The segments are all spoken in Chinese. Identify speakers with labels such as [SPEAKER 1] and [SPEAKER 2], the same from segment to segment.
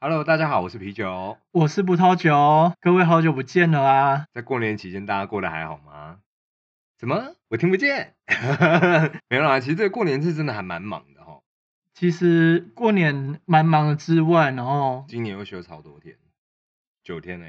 [SPEAKER 1] Hello，大家好，我是啤酒。
[SPEAKER 2] 我是葡萄酒，各位好久不见了啊！
[SPEAKER 1] 在过年期间，大家过得还好吗？怎么我听不见？ 没有啦，其实这个过年是真的还蛮忙的哈，
[SPEAKER 2] 其实过年蛮忙的之外，然后
[SPEAKER 1] 今年又休超多天，九天呢、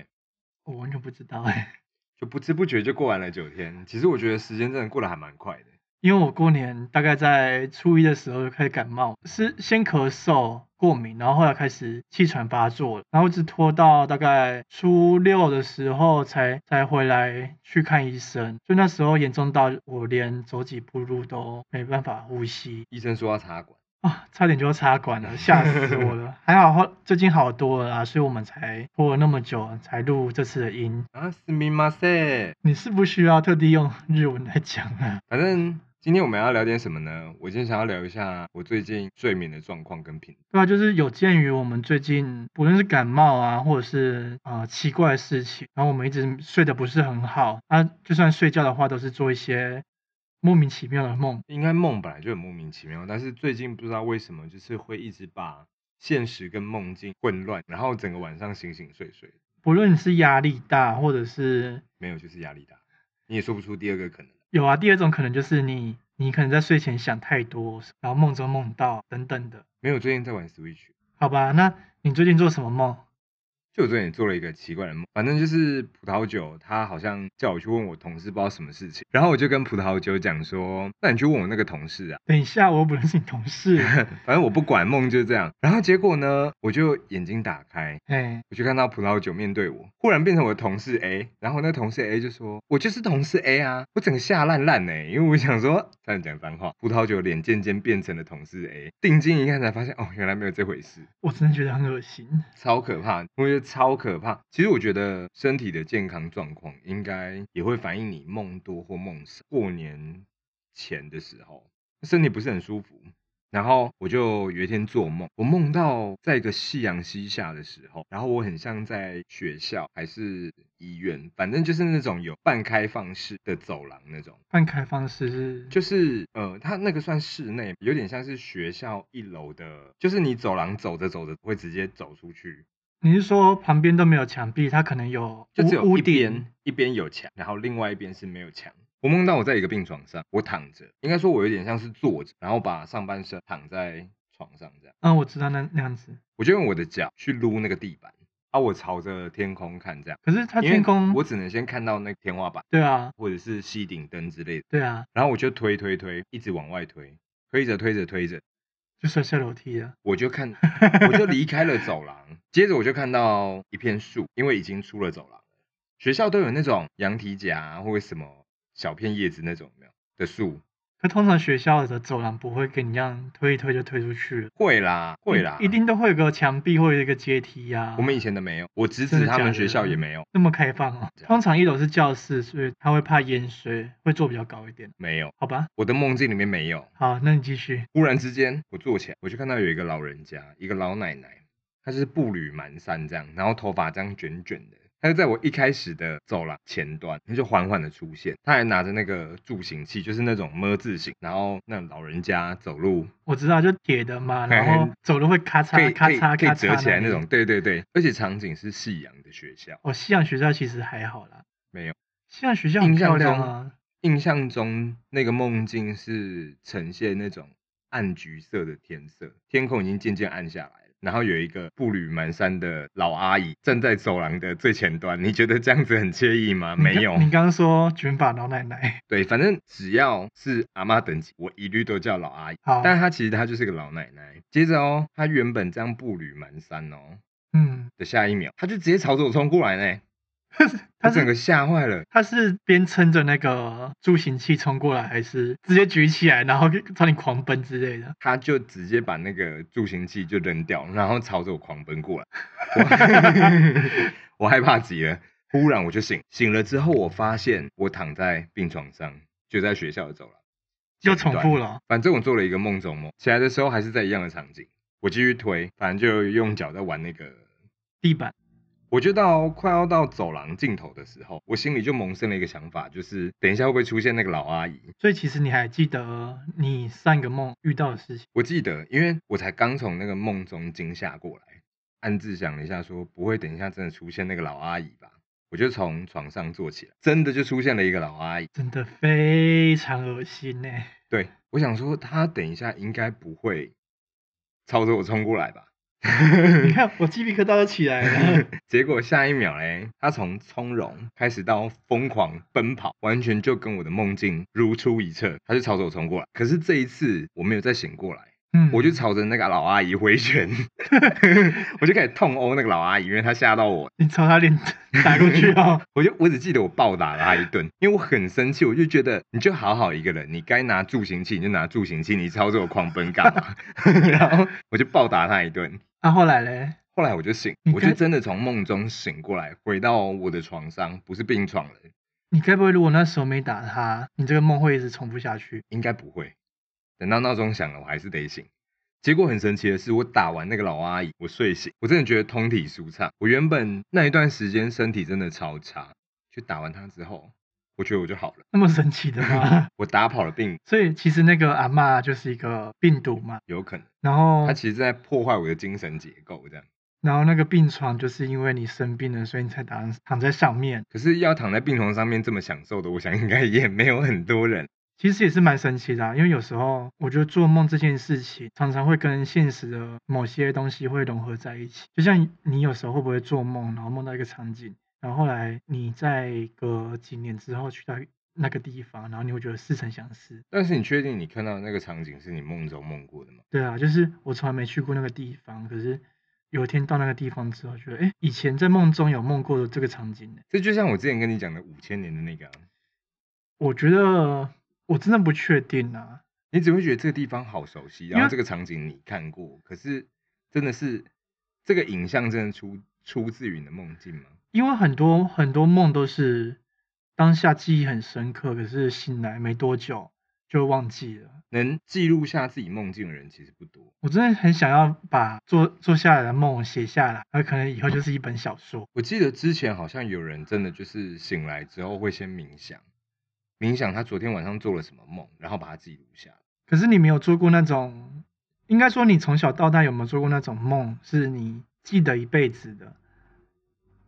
[SPEAKER 2] 我完全不知道哎、
[SPEAKER 1] 就不知不觉就过完了九天。其实我觉得时间真的过得还蛮快的。
[SPEAKER 2] 因为我过年大概在初一的时候就开始感冒，是先咳嗽、过敏，然后后来开始气喘发作，然后一直拖到大概初六的时候才才回来去看医生，就那时候严重到我连走几步路都没办法呼吸，
[SPEAKER 1] 医生说要插管，
[SPEAKER 2] 啊，差点就要插管了，吓死我了！还好后最近好多了啊，所以我们才拖了那么久才录这次的音。
[SPEAKER 1] 啊，是密码塞。
[SPEAKER 2] 你是不需要特地用日文来讲啊。
[SPEAKER 1] 反正今天我们要聊点什么呢？我今天想要聊一下我最近睡眠的状况跟品。
[SPEAKER 2] 对啊，就是有鉴于我们最近不论是感冒啊，或者是呃奇怪的事情，然后我们一直睡得不是很好啊，就算睡觉的话，都是做一些莫名其妙的梦。
[SPEAKER 1] 应该梦本来就很莫名其妙，但是最近不知道为什么，就是会一直把现实跟梦境混乱，然后整个晚上醒醒睡睡，
[SPEAKER 2] 不论你是压力大，或者是
[SPEAKER 1] 没有就是压力大，你也说不出第二个可能。
[SPEAKER 2] 有啊，第二种可能就是你你可能在睡前想太多，然后梦中梦到等等的。
[SPEAKER 1] 没有，最近在玩 Switch，
[SPEAKER 2] 好吧，那你最近做什么梦？
[SPEAKER 1] 就我最近也做了一个奇怪的梦，反正就是葡萄酒，他好像叫我去问我同事不知道什么事情，然后我就跟葡萄酒讲说，那你去问我那个同事啊，
[SPEAKER 2] 等一下，我又不认识你 同事。
[SPEAKER 1] 反正我不管梦就是这样。然后结果呢，我就眼睛打开，
[SPEAKER 2] 哎，
[SPEAKER 1] 我就看到葡萄酒面对我，忽然变成我的同事 A，然后那同事 A 就说：“我就是同事 A 啊！”我整个吓烂烂哎，因为我想说，差点讲脏话。葡萄酒脸渐渐变成了同事 A，定睛一看才发现，哦，原来没有这回事，
[SPEAKER 2] 我真的觉得很恶心。
[SPEAKER 1] 超可怕，我觉得超可怕。其实我觉得身体的健康状况应该也会反映你梦多或梦少。过年前的时候，身体不是很舒服，然后我就有一天做梦，我梦到在一个夕阳西下的时候，然后我很像在学校还是医院，反正就是那种有半开放式的走廊那种，
[SPEAKER 2] 半开放式是
[SPEAKER 1] 就是呃，它那个算室内，有点像是学校一楼的，就是你走廊走着走着会直接走出去，
[SPEAKER 2] 你是说旁边都没有墙壁，它可能有
[SPEAKER 1] 就只有
[SPEAKER 2] 屋屋
[SPEAKER 1] 一
[SPEAKER 2] 顶
[SPEAKER 1] 边，一边有墙，然后另外一边是没有墙。我梦到我在一个病床上，我躺着，应该说我有点像是坐着，然后把上半身躺在床上这样。
[SPEAKER 2] 嗯，我知道那那样子。
[SPEAKER 1] 我就用我的脚去撸那个地板，啊，我朝着天空看，这样，
[SPEAKER 2] 可是它
[SPEAKER 1] 因为
[SPEAKER 2] 天空，
[SPEAKER 1] 我只能先看到那个天花板
[SPEAKER 2] 对啊，
[SPEAKER 1] 或者是吸顶灯之类的，
[SPEAKER 2] 对啊，
[SPEAKER 1] 然后我就推推推，一直往外推，推着推着推着，
[SPEAKER 2] 就摔下楼梯了。
[SPEAKER 1] 我就看，我就离开了走廊，接着我就看到一片树，因为已经出了走廊了，学校都有那种羊蹄甲啊或者什么小片叶子那种有没有的树，
[SPEAKER 2] 可通常学校的走廊不会跟你这样推一推就推出去了，
[SPEAKER 1] 会啦会啦，
[SPEAKER 2] 一一定都会有个墙壁或者一个阶梯呀、
[SPEAKER 1] 我们以前的没有，我侄
[SPEAKER 2] 真
[SPEAKER 1] 子
[SPEAKER 2] 的
[SPEAKER 1] 他
[SPEAKER 2] 假
[SPEAKER 1] 们
[SPEAKER 2] 的
[SPEAKER 1] 学校也没有，
[SPEAKER 2] 那么开放哦
[SPEAKER 1] 这。样
[SPEAKER 2] 通常一楼是教室，所以他会怕淹水，会做比较高一点，
[SPEAKER 1] 没有，
[SPEAKER 2] 好吧？
[SPEAKER 1] 我的梦境里面没有。
[SPEAKER 2] 好，那你继续。
[SPEAKER 1] 忽然之间，我坐起来，我就看到有一个老人家，一个老奶奶，她就是步履蹒跚这样，然后头发这样卷卷的。她就在我一开始的走廊前端，她就缓缓的出现，她还拿着那个助行器，就是那种么字形，然后那老人家走路
[SPEAKER 2] 我知道，就铁的嘛，
[SPEAKER 1] 嘿嘿
[SPEAKER 2] 然后走路会咔
[SPEAKER 1] 可以
[SPEAKER 2] 嚓咔
[SPEAKER 1] 可以
[SPEAKER 2] 嚓
[SPEAKER 1] 可以
[SPEAKER 2] 咔嚓
[SPEAKER 1] 折起来那
[SPEAKER 2] 里
[SPEAKER 1] 种，。对对对，而且场景是夕阳的学校，
[SPEAKER 2] 哦，西洋学校其实还好啦，
[SPEAKER 1] 没有。
[SPEAKER 2] 西洋学校很
[SPEAKER 1] 印象
[SPEAKER 2] 漂亮啊，
[SPEAKER 1] 印象中那个梦境是呈现那种暗橘色的天色，天空已经渐渐暗下来了。然后有一个步履蹒跚的老阿姨站在走廊的最前端，你觉得这样子很惬意吗？
[SPEAKER 2] 你
[SPEAKER 1] 没
[SPEAKER 2] 刚
[SPEAKER 1] 有，
[SPEAKER 2] 你刚刚说卷发老奶奶，
[SPEAKER 1] 对，反正只要是阿妈等级，我一律都叫老阿姨。
[SPEAKER 2] 好，
[SPEAKER 1] 但她其实她就是个老奶奶。接着哦，她原本这样步履蹒跚哦
[SPEAKER 2] 嗯，
[SPEAKER 1] 的下一秒，她就直接朝着我冲过来呢，
[SPEAKER 2] 他
[SPEAKER 1] 她整
[SPEAKER 2] 是
[SPEAKER 1] 个吓坏了。
[SPEAKER 2] 他是边撑着那个助行器冲过来，还是直接举起来然后朝你狂奔之类的？
[SPEAKER 1] 他就直接把那个助行器就扔掉，然后朝着我狂奔过来，我 我害怕极了。忽然我就醒，醒了之后我发现我躺在病床上，就在学校的走廊。
[SPEAKER 2] 又重复了，
[SPEAKER 1] 反正我做了一个梦中梦，起来的时候还是在一样的场景，我继续推，反正就用脚在玩那个。
[SPEAKER 2] 地板
[SPEAKER 1] 我就到快要到走廊尽头的时候，我心里就萌生了一个想法，就是等一下会不会出现那个老阿姨？
[SPEAKER 2] 所以其实你还记得你上一个梦遇到的事情，
[SPEAKER 1] 我记得，因为我才刚从那个梦中惊吓过来，啊，暗自想了一下说不会等一下真的出现那个老阿姨吧？我就从床上坐起来，真的就出现了一个老阿姨。
[SPEAKER 2] 真的非常恶心呢、
[SPEAKER 1] 对我想说，她等一下应该不会朝着我冲过来吧？
[SPEAKER 2] 你看我鸡皮疙瘩都起来了，
[SPEAKER 1] 结果下一秒嘞，她从从容开始到疯狂奔跑，完全就跟我的梦境如出一辙，她就朝着我冲过来。可是这一次我没有再醒过来。
[SPEAKER 2] 嗯
[SPEAKER 1] 我就朝着那个老阿姨挥拳， 我就开始痛殴那个老阿姨，因为她吓到我，
[SPEAKER 2] 你朝他脸 打过去哦。
[SPEAKER 1] 我就我只记得我暴打了她一顿，因为我很生气，我就觉得你就好好一个人，你该拿助行器你就拿助行器，你朝着我狂奔干嘛？ 然后我就暴打她一顿。
[SPEAKER 2] 啊，后来嘞，
[SPEAKER 1] 后来我就醒
[SPEAKER 2] 你，
[SPEAKER 1] 我
[SPEAKER 2] 该
[SPEAKER 1] 就真的从梦中醒过来，回到我的床上，不是病床了，
[SPEAKER 2] 你该不会如果那时候没打他，你这个梦会一直重复下去？
[SPEAKER 1] 应该不会。等到闹钟响了，我还是得醒。结果很神奇的是，我打完那个老阿姨，我睡醒，我真的觉得通体舒畅。我原本那一段时间身体真的超差，去打完她之后，我觉得我就好了。
[SPEAKER 2] 那么神奇的吗？
[SPEAKER 1] 我打跑了病，
[SPEAKER 2] 所以其实那个阿嬷就是一个病毒嘛，
[SPEAKER 1] 有可能
[SPEAKER 2] 然后
[SPEAKER 1] 她其实在破坏我的精神结构，这样。
[SPEAKER 2] 然后那个病床就是因为你生病了，所以你才躺躺在上面，
[SPEAKER 1] 可是要躺在病床上面这么享受的，我想应该也没有很多人。
[SPEAKER 2] 其实也是蛮神奇的啊、因为有时候我觉得做梦这件事情常常会跟现实的某些东西会融合在一起。就像你有时候会不会做梦，然后梦到一个场景，然后后来你在隔几年之后去到那个地方，然后你会觉得似曾相识。
[SPEAKER 1] 但是你确定你看到的那个场景是你梦中梦过的吗？
[SPEAKER 2] 对啊，就是我从来没去过那个地方，可是有一天到那个地方之后，觉得哎，诶以前在梦中有梦过的这个场景呢。
[SPEAKER 1] 这就像我之前跟你讲的五千年的那个啊、
[SPEAKER 2] 我觉得我真的不确定啊，
[SPEAKER 1] 你只会觉得这个地方好熟悉，
[SPEAKER 2] 为
[SPEAKER 1] 然后这个场景你看过，可是真的是这个影像真的出出自于你的梦境吗？
[SPEAKER 2] 因为很多很多梦都是当下记忆很深刻，可是醒来没多久就忘记了。
[SPEAKER 1] 能记录下自己梦境的人其实不多。
[SPEAKER 2] 我真的很想要把做做下来的梦写下来，而可能以后就是一本小说。
[SPEAKER 1] 我记得之前好像有人真的就是醒来之后会先冥想，冥想他昨天晚上做了什么梦，然后把它记录下来。
[SPEAKER 2] 可是你没有做过那种，应该说你从小到大有没有做过那种梦，是你记得一辈子的？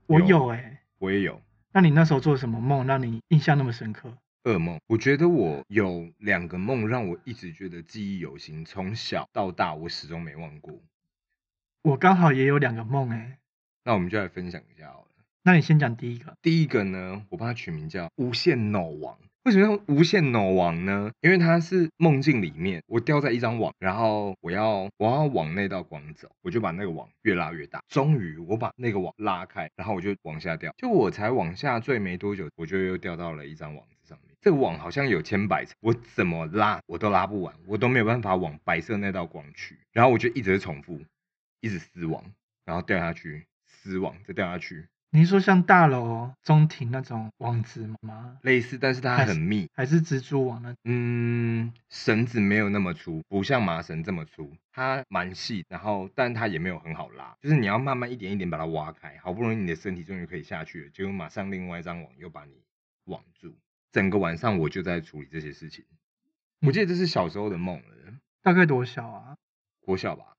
[SPEAKER 2] 我
[SPEAKER 1] 有
[SPEAKER 2] 有哎、
[SPEAKER 1] 我也有
[SPEAKER 2] 那你那时候做什么梦让你印象那么深刻？
[SPEAKER 1] 噩梦，我觉得我有两个梦让我一直觉得记忆犹新，从小到大我始终没忘过。
[SPEAKER 2] 我刚好也有两个梦哎、
[SPEAKER 1] 那我们就来分享一下好了。
[SPEAKER 2] 那你先讲第一个，
[SPEAKER 1] 第一个呢，我帮它取名叫“无限脑王”。为什么叫“无限脑王”呢？因为它是梦境里面我掉在一张网，然后我要我要往那道光走，我就把那个网越拉越大，终于我把那个网拉开，然后我就往下掉。就我才往下坠没多久，我就又掉到了一张网子上面。这个网好像有千百层，我怎么拉我都拉不完，我都没有办法往白色那道光去。然后我就一直重复，一直撕网，然后掉下去，撕网再掉下去，
[SPEAKER 2] 你是说像大楼中庭那种网子吗？
[SPEAKER 1] 类似，但是它
[SPEAKER 2] 还是
[SPEAKER 1] 很密，
[SPEAKER 2] 还是蜘蛛网呢？
[SPEAKER 1] 嗯，绳子没有那么粗，不像麻绳这么粗，它蛮细，然后但它也没有很好拉，就是你要慢慢一点一点把它挖开，好不容易你的身体终于可以下去了，结果马上另外一张网又把你网住。整个晚上我就在处理这些事情，我记得这是小时候的梦了，
[SPEAKER 2] 大概多小啊？
[SPEAKER 1] 国小吧。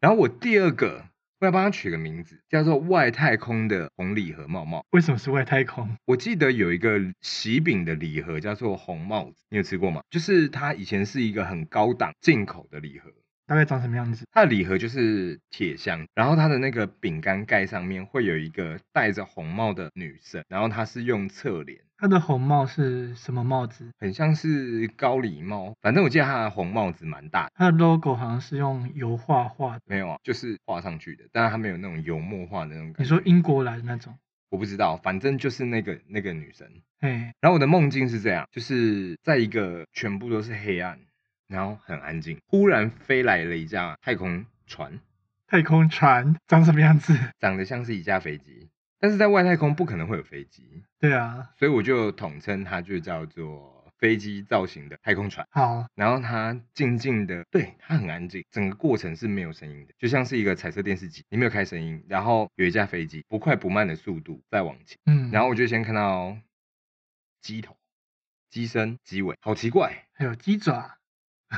[SPEAKER 1] 然后我第二个，我要帮它取个名字，叫做外太空的红礼盒帽帽。
[SPEAKER 2] 为什么是外太空？
[SPEAKER 1] 我记得有一个喜饼的礼盒叫做红帽子，你有吃过吗？就是它以前是一个很高档进口的礼盒，
[SPEAKER 2] 大概长什么样子？
[SPEAKER 1] 它的礼盒就是铁箱，然后它的那个饼干盖上面会有一个戴着红帽的女生，然后她是用侧脸，
[SPEAKER 2] 它的红帽是什么帽子？
[SPEAKER 1] 很像是高礼帽，反正我记得它的红帽子蛮大的。
[SPEAKER 2] 它的 logo 好像是用油画画的。
[SPEAKER 1] 没有啊，就是画上去的，但是它没有那种油墨画的那种感觉。
[SPEAKER 2] 你说英国来的那种？
[SPEAKER 1] 我不知道，反正就是那个那个女生。
[SPEAKER 2] 哎，
[SPEAKER 1] 然后我的梦境是这样，就是在一个全部都是黑暗，然后很安静，忽然飞来了一架太空船，
[SPEAKER 2] 太空船长什么样子？
[SPEAKER 1] 长得像是一架飞机，但是在外太空不可能会有飞机，
[SPEAKER 2] 对啊，
[SPEAKER 1] 所以我就统称它就叫做飞机造型的太空船。
[SPEAKER 2] 好，
[SPEAKER 1] 然后它静静的，对，它很安静，整个过程是没有声音的，就像是一个彩色电视机，你没有开声音，然后有一架飞机不快不慢的速度在往前。
[SPEAKER 2] 嗯，
[SPEAKER 1] 然后我就先看到鸡头、鸡身、鸡尾，好奇怪，
[SPEAKER 2] 还有鸡爪，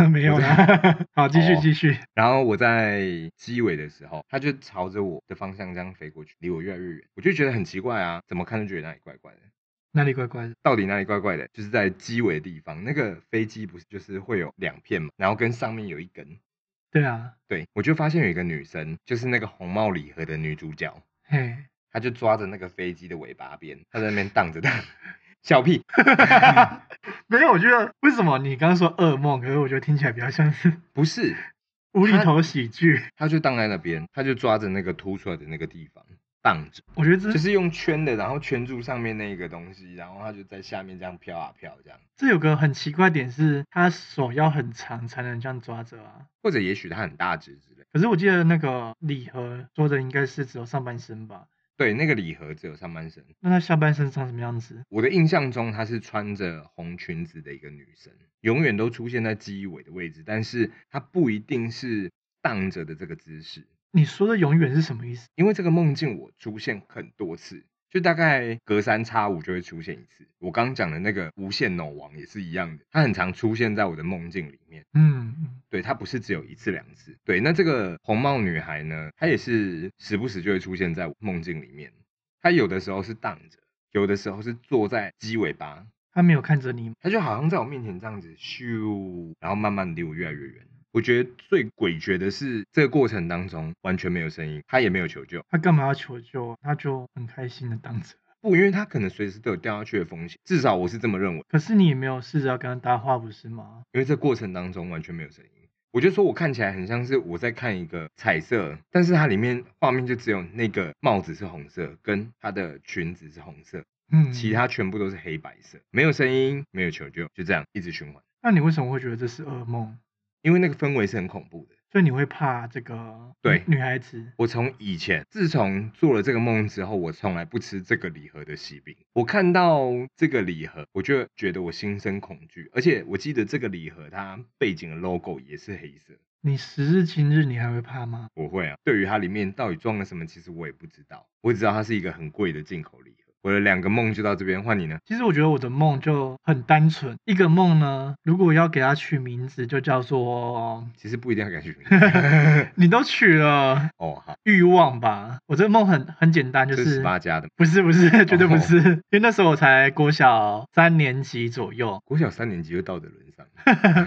[SPEAKER 2] 没有啦。 好，继续
[SPEAKER 1] 哦
[SPEAKER 2] 继续。
[SPEAKER 1] 然后我在机尾的时候，它就朝着我的方向这样飞过去，离我越来越远，我就觉得很奇怪啊，怎么看都觉得哪里怪怪的。
[SPEAKER 2] 那里怪怪的？
[SPEAKER 1] 到底哪里怪怪的？就是在机尾的地方，那个飞机不是就是会有两片嘛，然后跟上面有一根。
[SPEAKER 2] 对啊，
[SPEAKER 1] 对，我就发现有一个女生，就是那个红帽礼盒的女主角，
[SPEAKER 2] 嘿，
[SPEAKER 1] 她就抓着那个飞机的尾巴边，她在那边荡着 荡，小屁，
[SPEAKER 2] 没有，我觉得为什么你刚刚说噩梦，可是我觉得听起来比较像是
[SPEAKER 1] 不是，
[SPEAKER 2] 无厘
[SPEAKER 1] 他
[SPEAKER 2] 头喜剧。
[SPEAKER 1] 她就荡在那边，她就抓着那个凸出来的那个地方荡着，
[SPEAKER 2] 我觉得这、
[SPEAKER 1] 就是用圈的，然后圈住上面那个东西，然后她就在下面这样飘啊飘这样，
[SPEAKER 2] 这有个很奇怪的点是，他手要很长才能这样抓着啊。
[SPEAKER 1] 或者也许她很大只之类。
[SPEAKER 2] 可是我记得那个礼盒做的应该是只有上半身吧？
[SPEAKER 1] 对，那个礼盒只有上半身，
[SPEAKER 2] 那他下半身长什么样子？
[SPEAKER 1] 我的印象中，她是穿着红裙子的一个女生，永远都出现在机尾的位置，但是她不一定是荡着的这个姿势，
[SPEAKER 2] 你说的永远是什么意思？
[SPEAKER 1] 因为这个梦境我出现很多次，就大概隔三差五就会出现一次。我刚讲的那个无限脑王也是一样的，它很常出现在我的梦境里面。
[SPEAKER 2] 嗯，
[SPEAKER 1] 对，它不是只有一次两次。对，那这个红帽女孩呢，她也是时不时就会出现在我梦境里面。她有的时候是荡着，有的时候是坐在鸡尾巴，
[SPEAKER 2] 他没有看着你，
[SPEAKER 1] 它就好像在我面前这样子咻，然后慢慢离我越来越远。我觉得最诡谲的是，这个过程当中完全没有声音，它也没有求救，
[SPEAKER 2] 他干嘛要求救？他就很开心的当着。
[SPEAKER 1] 不，因为它可能随时都有掉下去的风险，至少我是这么认为。
[SPEAKER 2] 可是你也没有试着要跟他搭话，不是吗？
[SPEAKER 1] 因为这过程当中完全没有声音，我就说我看起来很像是我在看一个彩色，但是它里面画面就只有那个帽子是红色，跟它的裙子是红色，
[SPEAKER 2] 嗯，
[SPEAKER 1] 其他全部都是黑白色，没有声音，没有求救，就这样一直循环。
[SPEAKER 2] 那你为什么会觉得这是噩梦？
[SPEAKER 1] 因为那个氛围是很恐怖的。
[SPEAKER 2] 所以你会怕这个
[SPEAKER 1] 对
[SPEAKER 2] 女孩子？
[SPEAKER 1] 我从以前，自从做了这个梦之后，我从来不吃这个礼盒的喜饼。我看到这个礼盒，我就觉得我心生恐惧，而且我记得这个礼盒它背景的 logo 也是黑色。
[SPEAKER 2] 你时至今日你还会怕吗？
[SPEAKER 1] 我会啊，对于它里面到底装了什么，其实我也不知道，我只知道它是一个很贵的进口礼盒。我的两个梦就到这边，换你呢？
[SPEAKER 2] 其实我觉得我的梦就很单纯，一个梦呢，如果要给它取名字，就叫做
[SPEAKER 1] 其实不一定要改取名
[SPEAKER 2] 你都取了
[SPEAKER 1] 哦，好，
[SPEAKER 2] 欲望吧。我这个梦很很简单，就
[SPEAKER 1] 这
[SPEAKER 2] 是
[SPEAKER 1] 是十八家的，
[SPEAKER 2] 不是不是，绝对不
[SPEAKER 1] 哦
[SPEAKER 2] 是，因为那时候我才国小三年级左右，
[SPEAKER 1] 国小三年级就道德沦丧了，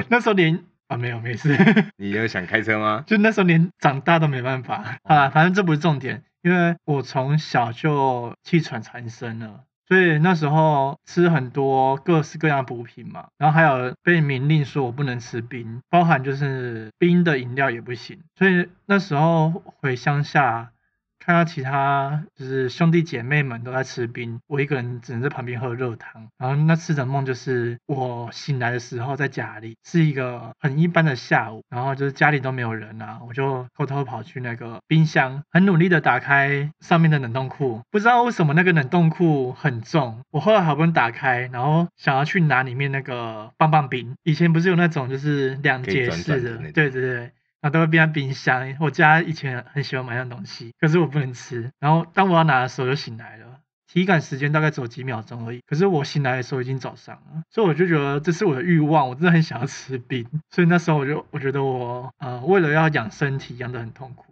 [SPEAKER 1] 嗯
[SPEAKER 2] 那时候连啊没有没事，
[SPEAKER 1] 你有想开车吗？
[SPEAKER 2] 就那时候连长大都没办法。好啦，反正这不是重点，因为我从小就气喘缠身了。所以那时候吃很多各式各样的补品嘛，然后还有被明令说我不能吃冰，包含就是冰的饮料也不行。所以那时候回乡下，看到其他就是兄弟姐妹们都在吃冰，我一个人只能在旁边喝热汤。然后那次的梦就是我醒来的时候在家里是一个很一般的下午，然后就是家里都没有人啊，我就偷偷跑去那个冰箱，很努力的打开上面的冷冻库，不知道为什么那个冷冻库很重，我后来好不容易打开，然后想要去拿里面那个棒棒冰，以前不是有那种就是两
[SPEAKER 1] 可以
[SPEAKER 2] 节
[SPEAKER 1] 转
[SPEAKER 2] 式
[SPEAKER 1] 转的
[SPEAKER 2] 的，
[SPEAKER 1] 那种
[SPEAKER 2] 对对对。然后都会变成冰箱。我家以前很喜欢买那种东西，可是我不能吃。然后当我要拿的时候就醒来了，体感时间大概只有几秒钟而已。可是我醒来的时候已经早上了，所以我就觉得这是我的欲望，我真的很想要吃冰。所以那时候我就我觉得我呃为了要养身体养得很痛苦。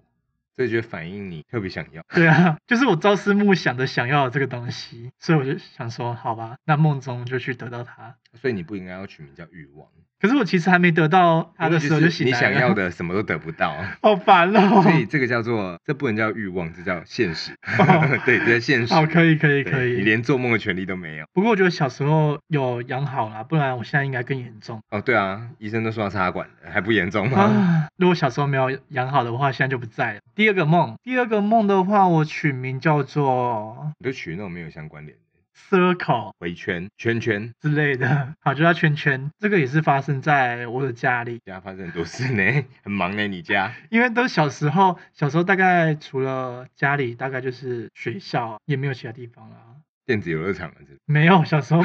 [SPEAKER 1] 这就反映你特别想要。
[SPEAKER 2] 对啊， 就是我朝思暮想的想要这个东西，所以我就想说，好吧，那梦中就去得到它。
[SPEAKER 1] 所以你不应该要取名叫欲望，
[SPEAKER 2] 可是我其实还没得到它的时候
[SPEAKER 1] 因为是
[SPEAKER 2] 醒
[SPEAKER 1] 你
[SPEAKER 2] 来了，
[SPEAKER 1] 想要的什么都得不到，
[SPEAKER 2] 好烦哦。
[SPEAKER 1] 所以这个叫做这不能叫欲望，这叫现实。 对，这叫现实。
[SPEAKER 2] 好，哦可以，可以，
[SPEAKER 1] 对，
[SPEAKER 2] 可以。
[SPEAKER 1] 你连做梦的权利都没有。
[SPEAKER 2] 不过我觉得小时候有养好啦，不然我现在应该更严重
[SPEAKER 1] 哦，对啊，医生都说要插管了，还不严重吗？
[SPEAKER 2] 啊！如果小时候没有养好的话，现在就不在了。第二个梦，第二个梦的话，我取名叫做
[SPEAKER 1] 你都取那种没有相关联的
[SPEAKER 2] circle
[SPEAKER 1] 围圈、圈圈，
[SPEAKER 2] 之类的， 好，就叫圈圈。这个也是发生在我的家里，
[SPEAKER 1] 家发生很多事呢，很忙呢，你家。
[SPEAKER 2] 因为都是小时候，小时候大概除了家里，大概就是学校，也没有其他地方啦。
[SPEAKER 1] 电子游乐场啊，这
[SPEAKER 2] 没有，小 时候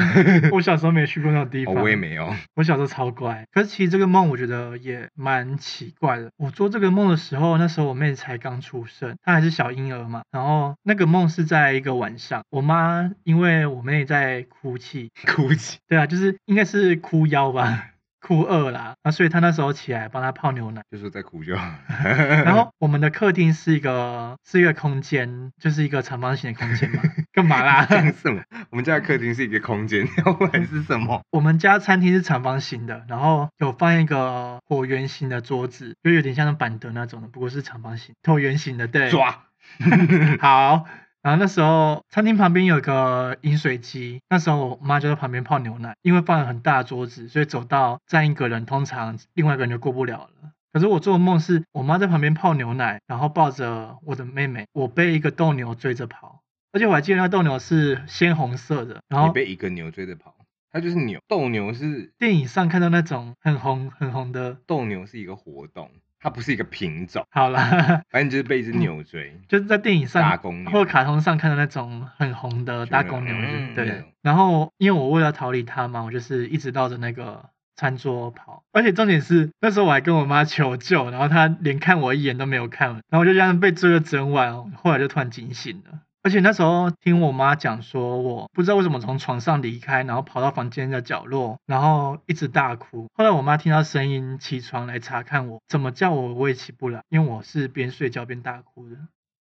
[SPEAKER 2] 我小时候没去过那种地方。
[SPEAKER 1] 哦， 我也没有。
[SPEAKER 2] 我小时候超乖，可是其实这个梦我觉得也蛮奇怪的。我做这个梦的时候，那时候我妹才刚出生，她还是小婴儿嘛。然后那个梦是在一个晚上，我妈因为我妹在哭泣，
[SPEAKER 1] 哭泣，
[SPEAKER 2] 对啊，就是应该是哭腰吧， 酷二啦，那所以他那时候起来帮他泡牛奶。
[SPEAKER 1] 就说在哭就好了。
[SPEAKER 2] 然后我们的客厅是一个是一个空间，就是一个长方形的空间嘛，干嘛啦？
[SPEAKER 1] 这样是什么？我们家的客厅是一个空间， 要不然是什么？
[SPEAKER 2] 我们家餐厅是长方形的，然后有放一个椭圆形的桌子，就有点像板凳那种的，不过是长方形、椭圆形的。对，
[SPEAKER 1] 抓。
[SPEAKER 2] 好。然后那时候餐厅旁边有个饮水机，那时候我妈就在旁边泡牛奶，因为放了很大的桌子，所以走到站一个人，通常另外一个人就过不了了。可是我做的梦是我妈在旁边泡牛奶，然后抱着我的妹妹，我被一个斗牛追着跑，而且我还记得那斗牛是鲜红色的，然
[SPEAKER 1] 你
[SPEAKER 2] 后
[SPEAKER 1] 被一个牛追着跑，它就是牛。斗牛是
[SPEAKER 2] 电影上看到那种很红很红的，
[SPEAKER 1] 斗牛是一个活动，它不是一个品种。
[SPEAKER 2] 好啦，
[SPEAKER 1] 反正就是被一
[SPEAKER 2] 嗯
[SPEAKER 1] 只牛追。
[SPEAKER 2] 就是在电影
[SPEAKER 1] 大
[SPEAKER 2] 上
[SPEAKER 1] 公牛
[SPEAKER 2] 或卡通上看到那种很红的
[SPEAKER 1] 是
[SPEAKER 2] 大
[SPEAKER 1] 那
[SPEAKER 2] 公牛
[SPEAKER 1] 种
[SPEAKER 2] 日，
[SPEAKER 1] 嗯那
[SPEAKER 2] 对
[SPEAKER 1] 种。
[SPEAKER 2] 然后因为我为了逃离它嘛，我就是一直绕着那个餐桌跑，而且重点是那时候我还跟我妈求救，然后她连看我一眼都没有看，然后我就这样被追了整晚，后来就突然警醒了。而且那时候听我妈讲说，我不知道为什么从床上离开，然后跑到房间的角落，然后一直大哭。后来我妈听到声音起床来查看我，怎么叫我我也起不来，因为我是边睡觉边大哭的。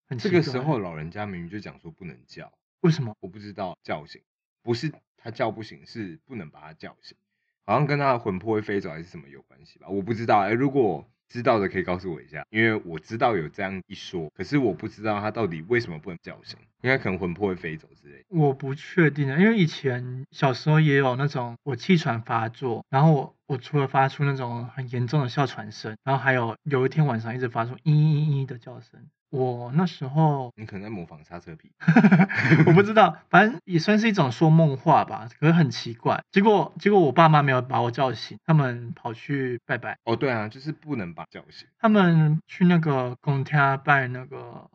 [SPEAKER 2] 很
[SPEAKER 1] 这
[SPEAKER 2] 奇
[SPEAKER 1] 个时
[SPEAKER 2] 怪
[SPEAKER 1] 候老人家明明就讲说不能叫，
[SPEAKER 2] 为什么？
[SPEAKER 1] 我不知道叫醒，不是他叫不醒，是不能把他叫醒，好像跟他的魂魄会飞走还是什么有关系吧？我不知道，哎、如果知道的可以告诉我一下，因为我知道有这样一说，可是我不知道他到底为什么不能叫醒，应该可能魂魄会飞走之类的。
[SPEAKER 2] 我不确定啊，因为以前小时候也有那种我气喘发作，然后我我除了发出那种很严重的哮喘声，然后还有有一天晚上一直发出嘤嘤嘤的叫声。我那时候
[SPEAKER 1] 你可能在模仿刹车皮，
[SPEAKER 2] 我不知道，反正也算是一种说梦话吧，可是很奇怪。结果结果我爸妈没有把我叫醒，他们跑去拜拜，
[SPEAKER 1] 哦，对啊，就是不能把他叫醒，
[SPEAKER 2] 他们去那个公家拜那个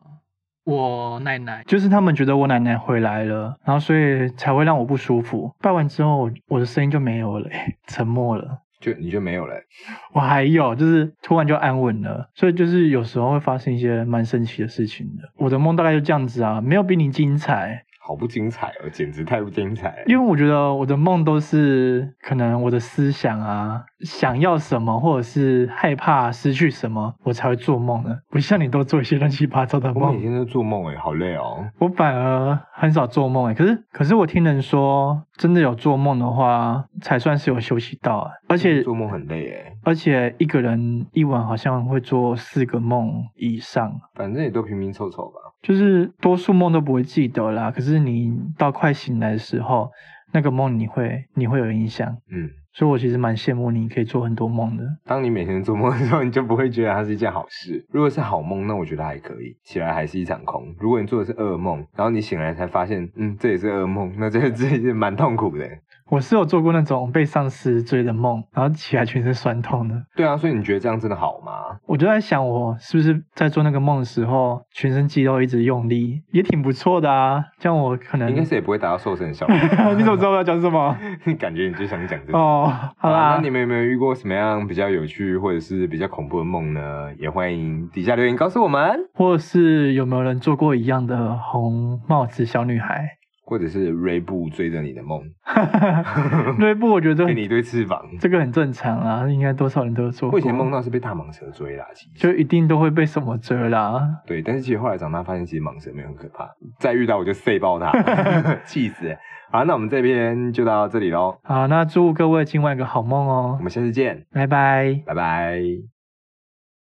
[SPEAKER 2] 我奶奶，就是他们觉得我奶奶回来了，然后所以才会让我不舒服。拜完之后，我的声音就没有了、 沉默了。
[SPEAKER 1] 就你就没有了、
[SPEAKER 2] 我还有就是突然就安稳了，所以就是有时候会发生一些蛮神奇的事情的。我的梦大概就这样子啊，没有比你精彩，
[SPEAKER 1] 好不精彩哦，简直太不精彩了
[SPEAKER 2] 因为我觉得我的梦都是可能我的思想啊，想要什么，或者是害怕失去什么，我才会做梦的。不像你都做一些乱七八糟的梦，
[SPEAKER 1] 天都做梦哎、好累哦。
[SPEAKER 2] 我反而很少做梦诶。可是可是我听人说，真的有做梦的话，才算是有休息到啊。而且
[SPEAKER 1] 梦很累哎、
[SPEAKER 2] 而且一个人一晚好像会做四个梦以上。
[SPEAKER 1] 反正也都拼拼凑凑吧。
[SPEAKER 2] 就是多数梦都不会记得啦，可是你到快醒来的时候，那个梦你会你会有印象，
[SPEAKER 1] 嗯，
[SPEAKER 2] 所以我其实蛮羡慕你可以做很多梦的。
[SPEAKER 1] 当你每天做梦的时候，你就不会觉得它是一件好事。如果是好梦，那我觉得还可以，起来还是一场空。如果你做的是噩梦，然后你醒来才发现，嗯，这也是噩梦，那 这这也是蛮痛苦的。
[SPEAKER 2] 我是有做过那种被上司追的梦，然后起来全身酸痛的。
[SPEAKER 1] 对啊，所以你觉得这样真的好吗？
[SPEAKER 2] 我就在想，我是不是在做那个梦的时候，全身肌肉一直用力，也挺不错的啊。像我可能，哦
[SPEAKER 1] 应该是也不会达到瘦身的效果。
[SPEAKER 2] 你怎么知道我要讲什么？
[SPEAKER 1] 感觉你就想讲这个。
[SPEAKER 2] 哦，好
[SPEAKER 1] 啊
[SPEAKER 2] 啦，
[SPEAKER 1] 那你们有没有遇过什么样比较有趣或者是比较恐怖的梦呢？也欢迎底下留言告诉我们，
[SPEAKER 2] 或是有没有人做过一样的红帽子小女孩？
[SPEAKER 1] 或者是锐步追着你的梦，
[SPEAKER 2] 那一部我觉得
[SPEAKER 1] 给你一 对翅膀。
[SPEAKER 2] 这个很正常啊，应该多少人都有做过。
[SPEAKER 1] 我以前梦到是被大蟒蛇追啦，其实
[SPEAKER 2] 就一定都会被什么追啦。
[SPEAKER 1] 对，但是其实后来长大发现，其实蟒蛇没有很可怕，再遇到我就塞爆它， 气死欸！好，那我们这边就到这里喽，
[SPEAKER 2] 好，那祝各位今晚有个好梦哦
[SPEAKER 1] 我，们下次见，
[SPEAKER 2] 拜拜。
[SPEAKER 1] 拜拜。